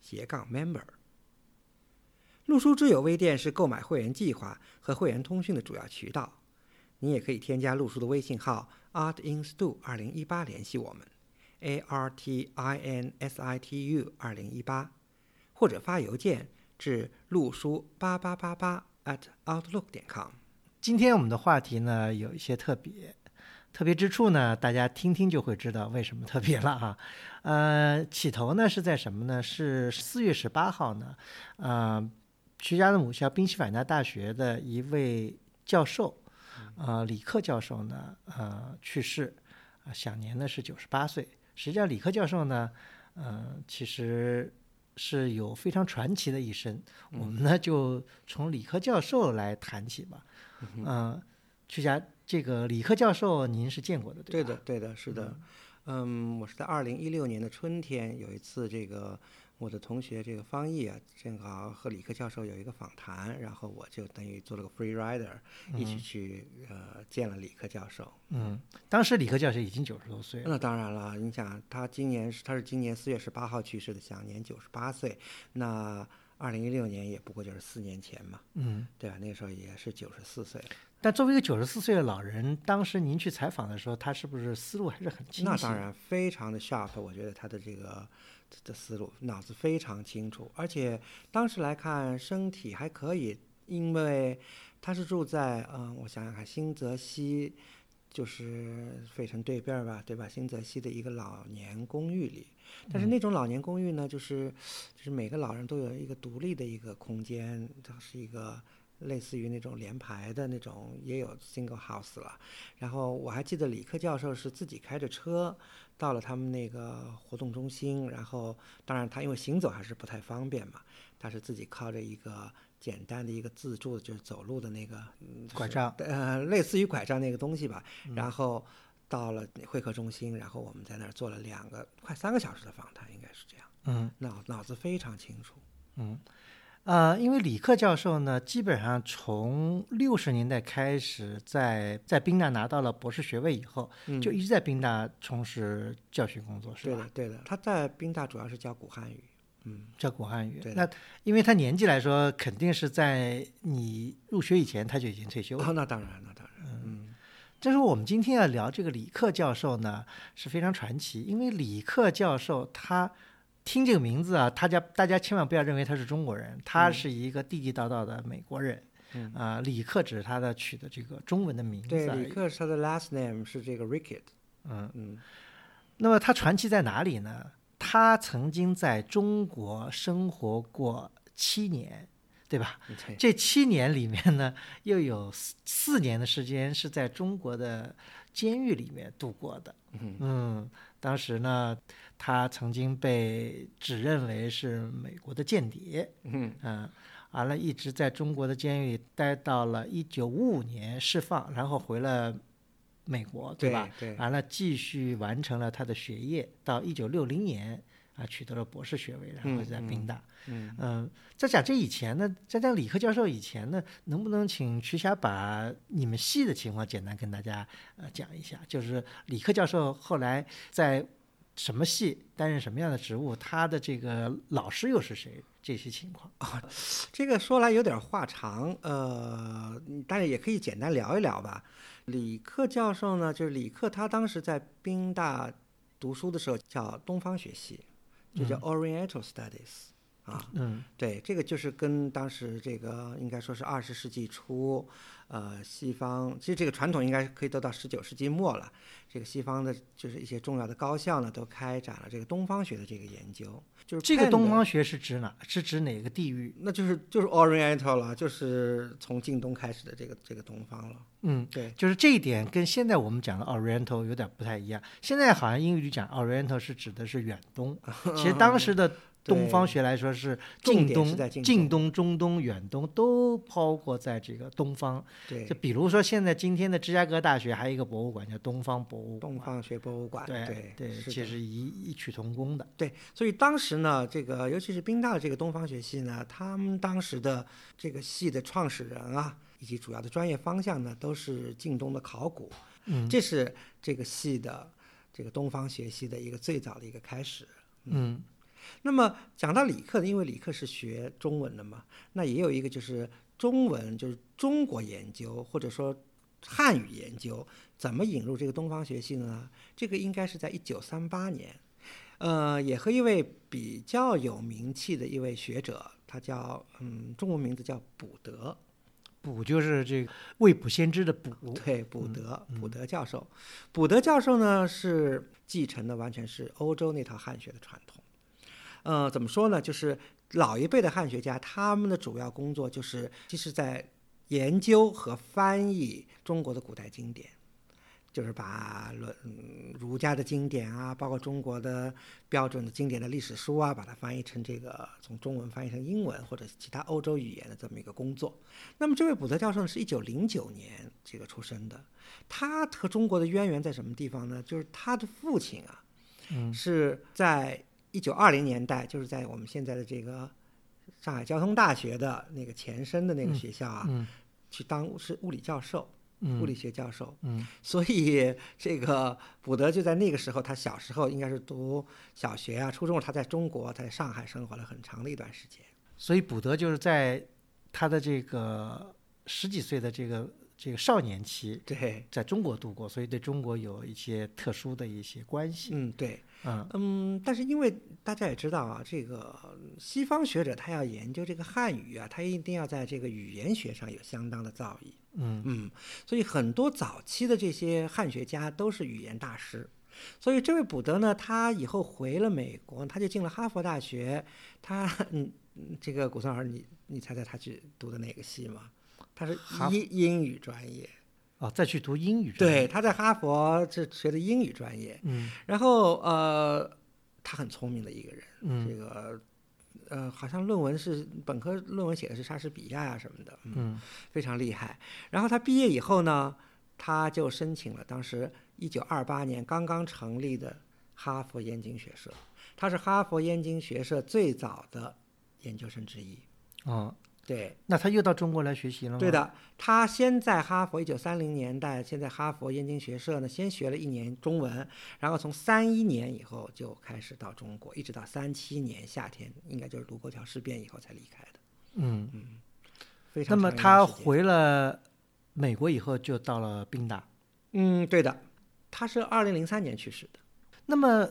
斜杠 member。陆书之友微店是购买会员计划和会员通讯的主要渠道。你也可以添加陆叔的微信号 artinstu 二零一八联系我们，a r t i n s i t u 二零一八，或者发邮件至陆叔八八八八 at outlook 点 com。今天我们的话题呢有一些特别，特别之处呢，大家听听就会知道为什么特别了啊。呃，起头呢是在什么呢？是四月十八号呢，呃，徐家的母校宾夕法尼亚大学的一位教授，呃，李克教授呢，呃，去世，啊，享年呢是九十八岁。实际上，李克教授呢，呃，其实是有非常传奇的一生。嗯我们呢就从李克教授来谈起吧。嗯、呃，曲霞，这个李克教授您是见过的，对吧？的，对的，是的。嗯，我是在二零一六年的春天有一次，这个我的同学这个方毅啊，正好和李克教授有一个访谈，然后我就等于做了个 free rider，一起去呃见了李克教授。嗯，当时李克教授已经九十多岁了。那当然了，你想他今年是他是今年四月十八号去世的，享年九十八岁。那二零一六年也不过就是四年前嘛，嗯，对吧？那个时候也是九十四岁了。但作为一个九十四岁的老人，当时您去采访的时候，他是不是思路还是很清晰？那当。然，非常的 sharp，我觉得他的这个的思路脑子非常清楚，而且当时来看身体还可以，因为他是住在嗯，我想想看，新泽西就是费城对边儿吧，对吧？新泽西的一个老年公寓里，但是那种老年公寓呢，就是就是每个老人都有一个独立的一个空间，它是一个。类似于那种联排的那种，也有 single house 了，然后我还记得李克教授是自己开着车到了他们那个活动中心，然后当然他因为行走还是不太方便嘛，他是自己靠着一个简单的一个自助，就是走路的那个嗯拐是杖呃，类似于拐杖那个东西吧，然后到了会客中心，然后我们在那儿做了两个快三个小时的访谈，应该是这样，嗯脑脑子非常清楚，嗯，呃，因为李克教授呢，基本上从六十年代开始在，在宾大拿到了博士学位以后，嗯就一直在宾大从事教学工作，是对吧？的对的，他在宾大主要是教古汉语，嗯。教古汉语对。那因为他年纪来说，肯定是在你入学以前他就已经退休了。哦，那当然，那当然，嗯，但是我们今天要聊这个李克教授呢，是非常传奇，因为李克教授他听这个名字啊，大家大家千万不要认为他是中国人，他是一个地地道道的美国人。嗯啊、李克只是他的取的这个中文的名字啊对，而李已。克是他的 last name 是这个 Ricket，嗯，嗯那么他传奇在哪里呢？他曾经在中国生活过七年，对吧？对这七年里面呢，又有四四年的时间是在中国的监狱里面度过的。嗯，当时呢，他曾经被指认为是美国的间谍。嗯嗯，完了，一直在中国的监狱里待到了一九五五年释放，然后回了美国，对吧？哎对完了，继续完成了他的学业，到一九六零年啊，取得了博士学位，然后嗯就在宾大。嗯，嗯，在讲这以前呢，在讲李克教授以前呢，能不能请瞿霞把你们系的情况简单跟大家呃讲一下？就是李克教授后来在什么系担任什么样的职务，他的这个老师又是谁？这些情况，这个说来有点话长，呃，但是也可以简单聊一聊吧。李克教授呢，就是李克，他当时在宾大读书的时候叫东方学系，就叫 Oriental Studies、啊，嗯对，这个就是跟当时这个应该说是二十世纪初，呃，西方其实这个传统应该可以得到十九世纪末了。这个西方的，就是一些重要的高校呢，都开展了这个东方学的这个研究，就是这个 Penn 东的方学是指哪？是指哪个地域？那就是就是 Oriental 了，就是从近东开始的这个这个东方了。嗯，对，就是这一点跟现在我们讲的 Oriental 有东方学来说是嗯重近点是东在、近近东、中东、远东都包括在这个东方。对就，比如说现在今天的芝加哥大学还有一个博物馆叫东方博物馆，东方学博物馆，对对是的其实一异曲同工的。对，所以当时呢，这个尤其是宾大的这个东方学系呢，他们当时的这个系的创始人啊，以及主要的专业方向呢，都是晋东的考古，嗯这是这个系的这个东方学系的一个最早的一个开始。嗯那么讲到理科呢，因为理科是学中文的嘛，那也有一个就是中文，就是中国研究或者说汉语研究怎么引入这个东方学系呢？这个应该是在一九三八年，呃，也和一位比较有名气的一位学者，他叫嗯，中文名字叫卜德，卜就是这个未卜先知的卜，对，卜德，嗯卜德教授，卜德教授呢是继承的完全是欧洲那套汉学的传统。呃，怎么说呢？就是老一辈的汉学家，他们的主要工作就是，就是在研究和翻译中国的古代经典，就是把论嗯儒家的经典啊，包括中国的标准的经典的历史书啊，把它翻译成这个从中文翻译成英文或者其他欧洲语言的这么一个工作。那么这位卜德教授呢，是一九零九年这个出生的，他和中国的渊源在什么地方呢？就是他的父亲啊，嗯是在一九二零年代，就是在我们现在的这个上海交通大学的那个前身的那个嗯学校啊，嗯去当是物理教授，嗯物理学教授。嗯 所以这个卜德就在那个时候，他小时候应该是读小学啊、初中，他在中国，他在上海生活了很长的一段时间。所以卜德就是在他的这个十几岁的这个这个少年期，对，在中国度过，所以对中国有一些特殊的一些关系。嗯，对。嗯嗯，但是因为大家也知道啊，这个西方学者他要研究这个汉语啊，他一定要在这个语言学上有相当的造诣。嗯嗯，所以很多早期的这些汉学家都是语言大师。所以这位卜德呢，他以后回了美国，他就进了哈佛大学。他，嗯，嗯这个古松老师，你你猜猜他去读的哪个系吗？他是哈佛英英语专业，哦，再去读英语专业对，，他在哈佛是学的英语专业。嗯然后呃，他很聪明的一个人，这嗯个呃，好像论文是本科论文写的是莎士比亚呀、什么的，嗯，嗯非常厉害。然后他毕业以后呢，他就申请了当时一九二八年刚刚成立的哈佛燕京学社，他是哈佛燕京学社最早的研究生之一。哦，对，那他又到中国来学习了吗？对，的，他先在哈佛，一九三零年代，先在哈佛燕京学社呢，先学了一年中文，然后从三一年以后就开始到中国，一直到三七年夏天，应该就是卢沟桥事变以后才离开的。嗯。非常那么长一他段时间，回了美国以后，就到了宾大。嗯，对的，他是二零零三年去世的，那么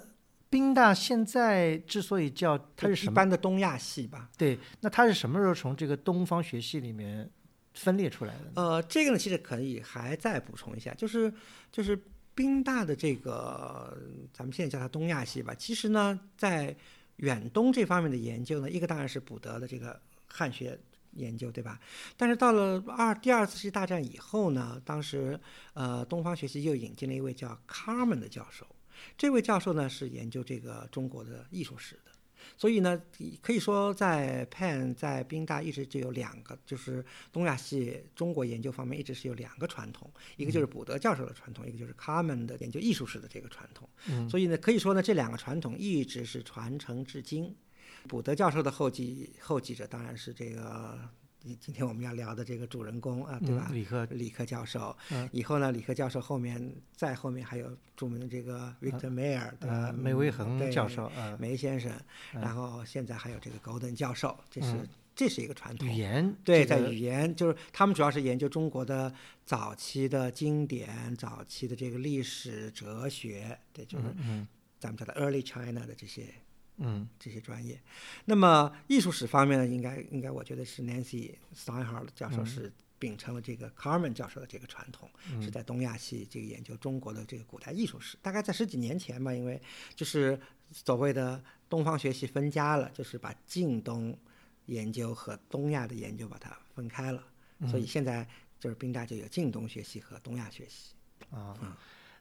宾大现在之所以叫它就是一什么？般的东亚系吧。对，那它是什么时候从这个东方学系里面分裂出来的呢？呃，这个呢，其实可以还再补充一下，就是就是宾大的这个，咱们现在叫它东亚系吧。其实呢，在远东这方面的研究呢，一个当然是卜德的这个汉学研究，对吧？但是到了二第二次世界大战以后呢，当时呃东方学习又引进了一位叫卡门的教授，这位教授呢是研究这个中国的艺术史的。所以呢，可以说在 Penn 在宾大一直就有两个，就是东亚系中国研究方面一直是有两个传统，一个就是卜德教授的传统，一个就是卡门的研究艺术史的这个传统。嗯所以呢，可以说呢，这两个传统一直是传承至今。卜德教授的后继后继者当然是这个今天我们要聊的这个主人公啊，对吧？嗯、理科李克教授嗯，以后呢，李克教授后面再后面还有著名的这个 Victor Mayer 呃的梅维恒教，授对呃，梅先生，嗯然后现在还有这个高登教授，这是嗯这是一个传统语。言对，这在个语言就是他们主要是研究中国的早期的经典、早期的这个历史、哲学，对，就是嗯嗯咱们叫的 early China 的这些嗯这些专业。那么艺术史方面呢，应该应该我觉得是 Nancy Steinhardt 教授嗯是秉承了这个 Carmen 教授的这个传统，嗯是在东亚系这个研究中国的这个古代艺术史，大概在十几年前吧，因为就是所谓的东方学系分家了，就是把近东研究和东亚的研究把它嗯分开了，所以现在就是宾大就有近东学系和东亚学系。啊嗯。